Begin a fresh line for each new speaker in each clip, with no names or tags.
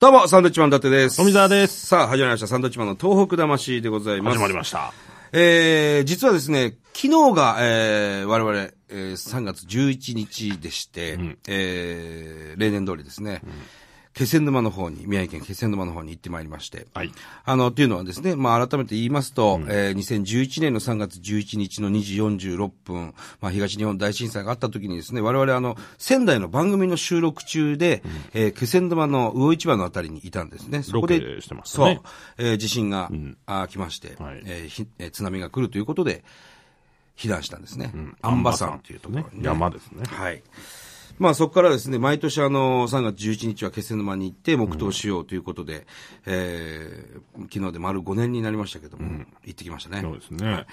どうも、サンドウィッチマン伊達です。
富澤です。
さあ、始まりました。サンドウィッチマンの東北魂でございます。
始まりました。
えー、実はですね、昨日が、えー、我々、えー、3月11日でして、えー、例年通りですね、気仙沼の方に、宮城県気仙沼の方に行ってまいりまして、
はい。
あの、というのはですね、まあ、改めて言いますと、えー2011年の3月11日の2時46分、まあ、東日本大震災があった時にですね、我々あの、仙台の番組の収録中で、えー気仙沼の魚市場のあたりにいたんですね。そこで、
ロケしてましたね
そう、えー地震が、あー来まして、
はい
えーひえー津波が来るということで、避難したんですね。安波山というところに、ね
山ですね。
はい。まあそこからですね、毎年あの、3月11日は気仙沼に行って黙祷しようということで、えー、昨日で丸5年になりましたけども、行ってきましたね。
そうですね。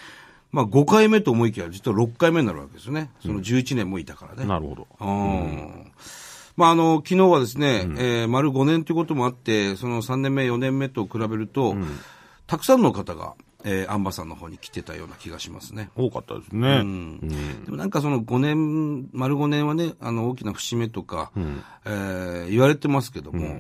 まあ5回目と思いきや、実は6回目になるわけですよね。その11年もいたからね。
なるほど。
うんまあ、あの、昨日はですね、えー丸5年ということもあって、その3年目、4年目と比べると、たくさんの方が、えー、アンバさんの方に来てたような気がしますね。
多かったですね。
でもなんかその5年、丸5年はね、あの大きな節目とか、えー言われてますけども、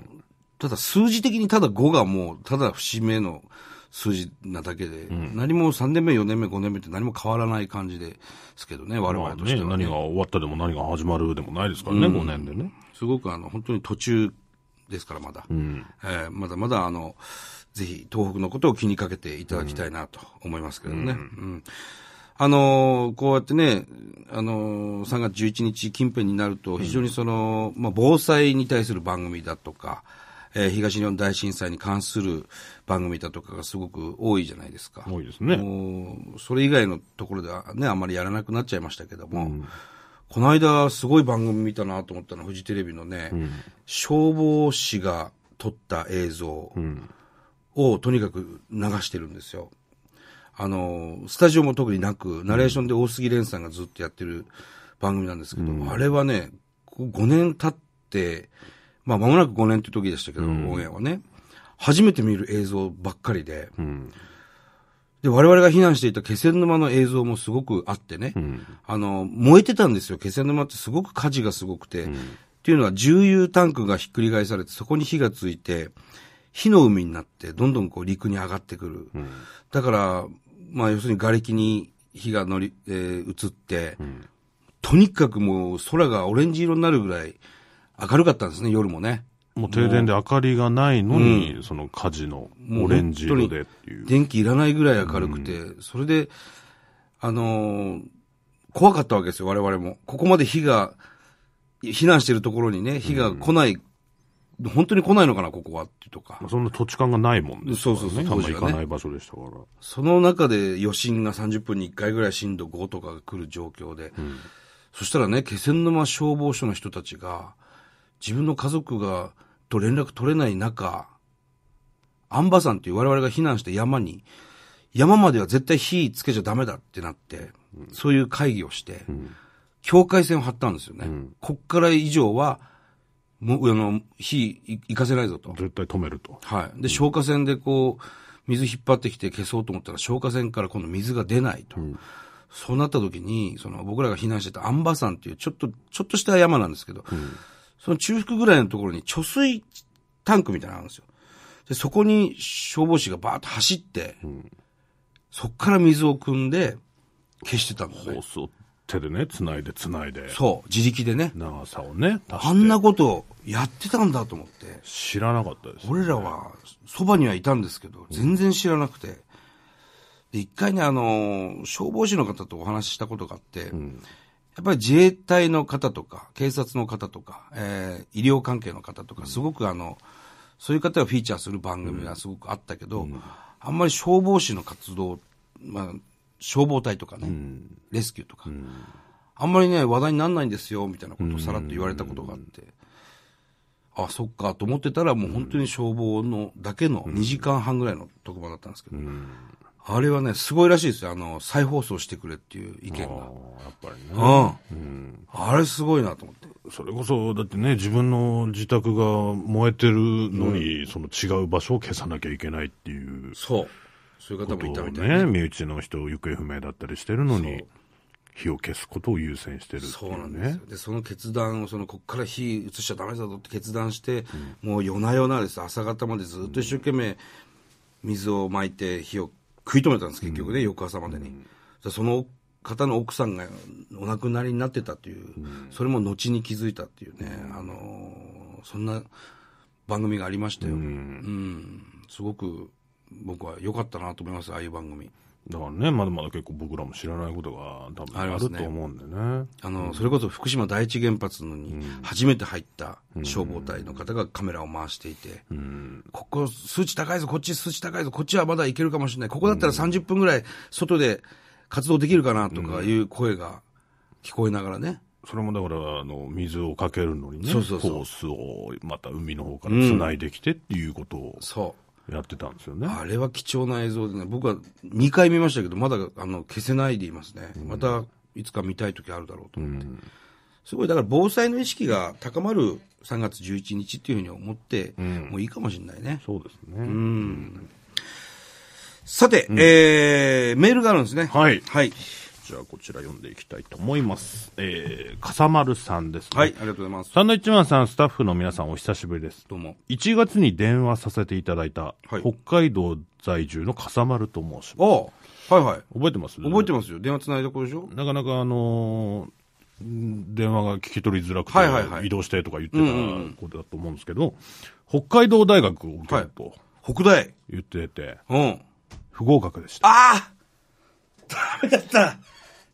ただ数字的にただ5がもう、ただ節目の数字なだけで、何も3年目、4年目、5年目って何も変わらない感じですけどね、我
ま
々
あ
として
ね、
は、
何が終わったでも何が始まるでもないですからね、5年でね。
すごくあの、本当に途中ですから、まだ。えーまだまだあの、ぜひ東北のことを気にかけていただきたいなと思いますけどね。うんあのーこうやってね、あのー3月11日近辺になると、非常にその、まあ、防災に対する番組だとか、えー東日本大震災に関する番組だとかがすごく多いじゃないですか。
多いですね。
もう、それ以外のところではね、あまりやらなくなっちゃいましたけども、この間すごい番組見たなと思ったのは、フジテレビのね、消防士が撮った映像をとにかく流してるんですよ。あの、スタジオも特になく、ナレーションで大杉蓮さんがずっとやってる番組なんですけど、あれはね、ここ5年経って、まあ間もなく5年という時でしたけど、応援はね、初めて見る映像ばっかりで、で、我々が避難していた気仙沼の映像もすごくあってね、あの、燃えてたんですよ。気仙沼ってすごく火事がすごくて、っていうのは重油タンクがひっくり返されて、そこに火がついて、火の海になって、どんどんこう陸に上がってくる。だから、まあ要するに瓦礫に火が乗り、えー移って、とにかくもう空がオレンジ色になるぐらい明るかったんですね、夜もね。
もう停電で明かりがないのに、その火事のオレンジ色でっていう。
電気いらないぐらい明るくて、それで、あのー怖かったわけですよ、我々も。ここまで火が、避難してるところにね、火が来ない、本当に来ないのかな、ここは、ってとか
まあ。そんな土地勘がないもんですからね。
そうそうそう
あんまり
当時は
行
ね
かない場所でしたから。
その中で余震が30分に1回ぐらい震度5とかが来る状況で、そしたらね、気仙沼消防署の人たちが、自分の家族が、と連絡取れない中、安波山という我々が避難して山に、山までは絶対火つけちゃダメだってなって、そういう会議をして、境界線を張ったんですよね。こっから以上は、もう、あの、火い行かせないぞと。
絶対止めると。
はい。で、消火栓でこう、水引っ張ってきて消そうと思ったら、消火栓から今度水が出ないと。そうなった時に、その僕らが避難してた安波山っていう、ちょっと、ちょっとした山なんですけど、その中腹ぐらいのところに貯水タンクみたいなのあるんですよ。で、そこに消防士がバーッと走って、そっから水を汲んで、消してたんです
ホ
ね
ー。スを手でね、繋いで繋いで、
そう、自力でね。
長さをね、足して
あんなことやってたんだと思って。
知らなかったです。
俺らは、そばにはいたんですけど、全然知らなくて。で、一回ね、あの、消防士の方とお話ししたことがあって、やっぱり自衛隊の方とか、警察の方とか、えー医療関係の方とか、すごくあの、そういう方をフィーチャーする番組がすごくあったけど、あんまり消防士の活動、まあ、消防隊とかね、レスキューとか、あんまりね、話題にならないんですよ、みたいなことをさらっと言われたことがあって、あ、そっかと思ってたら、もう本当に消防のだけの2時間半ぐらいの特番だったんですけど、あれはね、すごいらしいですよ。あの、再放送してくれっていう意見
ああ
が。
やっぱ
う
りね。
ん。あれすごいなと思って。
それこそ、だってね、自分の自宅が燃えてるのに、その違う場所を消さなきゃいけないっていう
そう。そういう方
こ
もいた
とを
みたいな。
ね、身内の人、行方不明だったりしてるのに、火を消すことを優先してるっていう、ね、
そうなんですよ。で、その決断を、その、こっから火移しちゃダメだぞって決断して、もう夜な夜なです。朝方までずっと一生懸命、水をまいて火を食い止めたんです、結局ね、翌朝までに。でその方の奥さんがお亡くなりになってたという、それも後に気づいたっていうね、あのーそんな番組がありましたよ。うん。すごく、僕は良かったなと思います、ああいう番組。
だからね、まだまだ結構僕らも知らないことが多分あると思うんでね。
あの、それこそ福島第一原発のに初めて入った消防隊の方がカメラを回していて、ここ数値高いぞ、こっち数値高いぞ、こっちはまだいけるかもしれない。ここだったら30分ぐらい外で活動できるかなとかいう声が聞こえながらね。
それもだから、あの、水をかけるのにね、
そうそうそう
ホースをまた海の方から繋いできてっていうことを
そ
やってたんですよね。
う。あれは貴重な映像でね、僕は2回見ましたけど、まだあの消せないでいますね。またいつか見たい時あるだろうと思って。すごい、だから防災の意識が高まる3月11日っていうふうに思って、もういいかもしれないね。
そうですね。
さて、えー、メールがあるんですね。
はい
はい。
じゃあこちら読んでいきたいと思います。えー、笠丸さんですね。
はい、ありがとうございます。
サンドイッチマンさん、スタッフの皆さんお久しぶりです。
どうも。
1月に電話させていただいた、
はい
北海道在住の笠丸と申します。
ああ、はいはい。
覚えてます
覚えてますよ。電話つないだ子でしょ
なかなかあのーん電話が聞き取りづらくて、
はいはいはい
移動してとか言ってたことだと思うんですけど、北海道大学を受けると
北大。
言ってて、
うん。
不合格でした。
ああダメだった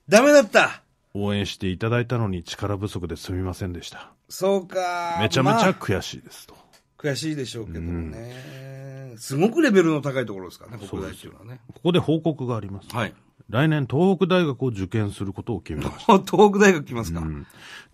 ダメだった
応援していただいたのに力不足ですみませんでした。
そうか
めちゃめち
ま
ゃ
あ
悔しいですと。
悔しいでしょうけどもね。すごくレベルの高いところですからね、北大っていうのはね。
ここで報告があります。
はい。
来年東北大学を受験することを決めました。
東北大学来ますか。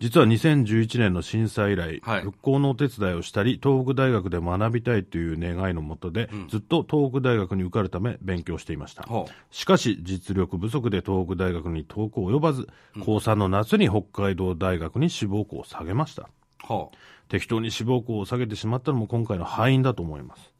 実は2011年の震災以来、
はい
復興のお手伝いをしたり、東北大学で学びたいという願いのもとで、ずっと東北大学に受かるため勉強していました。
ほう
しかし、実力不足で東北大学に遠く及ばず、高3の夏に北海道大学に志望校を下げました。
は
適当に志望校を下げてしまったのも今回の敗因だと思います。
あ。うん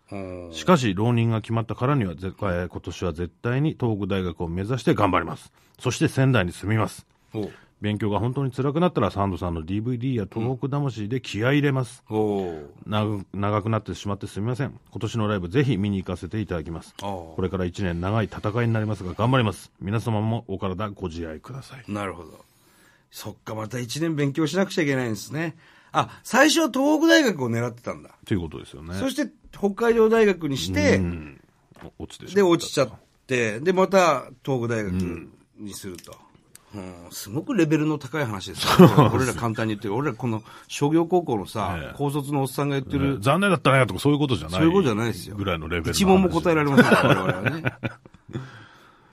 しかし、浪人が決まったからには、ぜえー今年は絶対に東北大学を目指して頑張ります。そして仙台に住みます。
お
勉強が本当に辛くなったらサンドさんの DVD や東北魂で気合い入れます、
お
長く長くなってしまってすみません今年のライブぜひ見に行かせていただきます
あ
これから1年長い戦いになりますが頑張ります皆様もお体ご自愛ください
あ。なるほど。そっか、また一年勉強しなくちゃいけないんですね。あ、最初は東北大学を狙ってたんだ。
ということですよね
そして北海道大学にして、
お落ちてしまった
で、落ちちゃって、で、また東北大学にすると。うんすごくレベルの高い話ですよ、俺ら簡単に言ってる。俺らこの商業高校のさ、
ええ
高卒のおっさんが言って
え
る
ー、残念だったねとかそういうことじゃない
そういうことじゃないですよ。
ぐらいのレベル
一問も答えら
れ
れませんから、我々はね。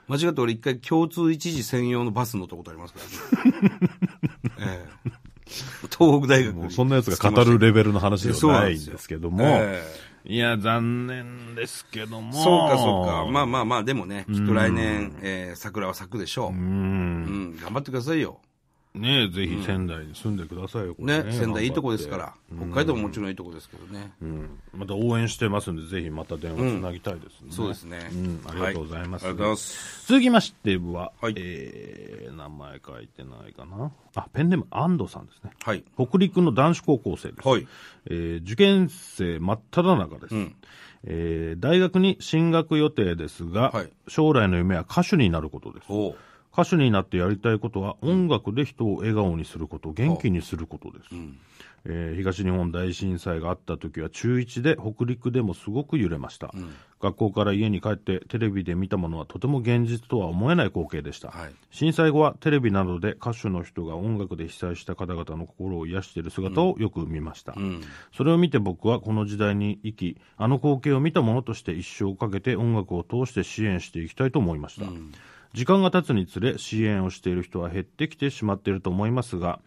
間違って俺一回共通一時専用のバス乗ったことあります からね。ええ東北大学に
そんなやつが語るレベルの話で
そう
は
な
なんい
です
ん
よ
ですけども、
え
いや残念ですけども
そうかそうか。まあまあまあ、でもね、きっと来年、えー桜は咲くでしょう。うん。頑張ってくださいよ。
ねえ、ぜひ仙台に住んでくださいよ、これ
ね、仙台いいとこですから。。北海道ももちろんいいとこですけどね。
頑張ってうんまた応援してますんで、ぜひまた電話つなぎたいですね。
そうですね
ん。ありがとうございます。
はありがとうございます。
続きましては、
はい
えー、名前書いてないかな。あ、ペンネーム、安藤さんですね。
はい。
北陸の男子高校生です。
はい
えー受験生真っ只中です。えー大学に進学予定ですが、
はい
将来の夢は歌手になることです。
おう
歌手になってやりたいことは音楽で人を笑顔にすること、元気にすることです、えー東日本大震災があった時は中1で北陸でもすごく揺れました、学校から家に帰ってテレビで見たものはとても現実とは思えない光景でした、
はい
震災後はテレビなどで歌手の人が音楽で被災した方々の心を癒している姿をよく見ました、それを見て僕はこの時代に生きあの光景を見たものとして一生かけて音楽を通して支援していきたいと思いました、時間が経つにつれ支援をしている人は減ってきてしまっていると思いますが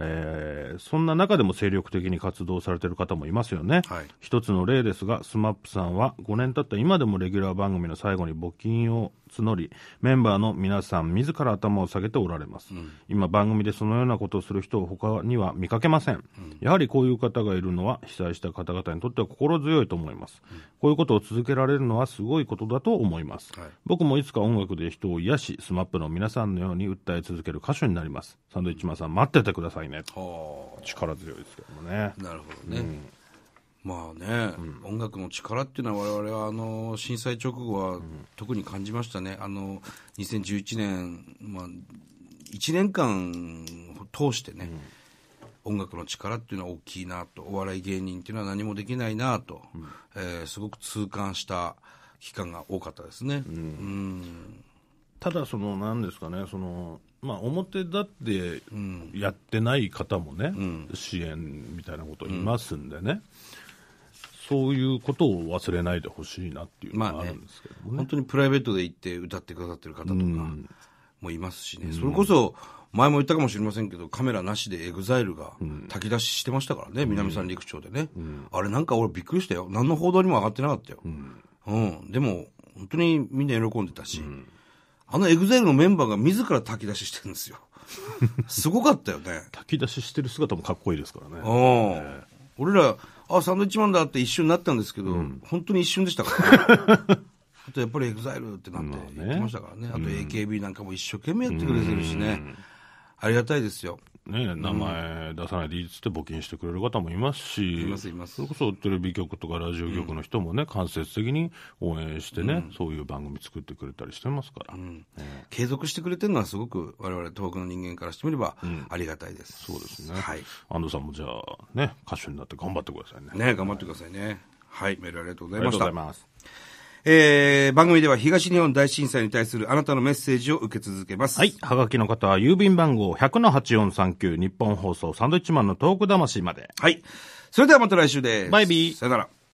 えーそんな中でも精力的に活動されてる方もいますよね。
はい
一つの例ですが、スマップさんは5年経った今でもレギュラー番組の最後に募金を募り、メンバーの皆さん自ら頭を下げておられます。今番組でそのようなことをする人を他には見かけません。やはりこういう方がいるのは被災した方々にとっては心強いと思います。こういうことを続けられるのはすごいことだと思います。
はい
僕もいつか音楽で人を癒し、スマップの皆さんのように訴え続ける歌手になります。サンドイッチマンさん待っててくださいね。
は
力強いですけどもね。
あなるほどね、まあね、音楽の力っていうのは我々はあの震災直後は特に感じましたね、あの2011年、まあ、1年間を通してね、音楽の力っていうのは大きいなとお笑い芸人っていうのは何もできないなと、えーすごく痛感した期間が多かったですね、うん
ただその何ですかねそのまあ表立ってやってない方もね、支援みたいなこといますんでね、そういうことを忘れないでほしいなっていうの
ま
が
あ
あ
ね
るんですけどもね,、
本当にプライベートで行って歌ってくださってる方とかもいますしね、それこそ前も言ったかもしれませんけどカメラなしでエグザイルが炊き出ししてましたからね、南三陸町でね、あれなんか俺びっくりしたよ何の報道にも上がってなかったよ、うんでも本当にみんな喜んでたし、あのエグザイルのメンバーが自ら炊き出ししてるん ですよすごかったよね
炊き出ししてる姿もかっこいいですからね
うん俺ら、あ、サンドイッチマンだって一瞬になったんですけど、本当に一瞬でしたから、 ね、あとやっぱりエグザイルってなって
まあね
言ってましたからね。あと AKB なんかも一生懸命やってくれてるしね。ありがたいですよ。
ね名前出さないでいいっつって募金してくれる方もいますし
いますいます
それこそテレビ局とかラジオ局の人もね、間接的に応援してね、そういう番組作ってくれたりしてますから、
継続してくれてるのはすごく我々東北の人間からしてみればありがたいです。そうですね。はい。
安藤さんもじゃあね歌手になって頑張ってくださいね
ね頑張ってくださいね。はい、メールありがとうござい
あり
ま
がと
し
うござ
た
い。ます
えー、番組では東日本大震災に対するあなたのメッセージを受け続けます。
はい。。はがきの方は、郵便番号100-8439、日本放送、サンドイッチマンのトーク魂まで。
はい。それではまた来週です。
バイビー
さよなら。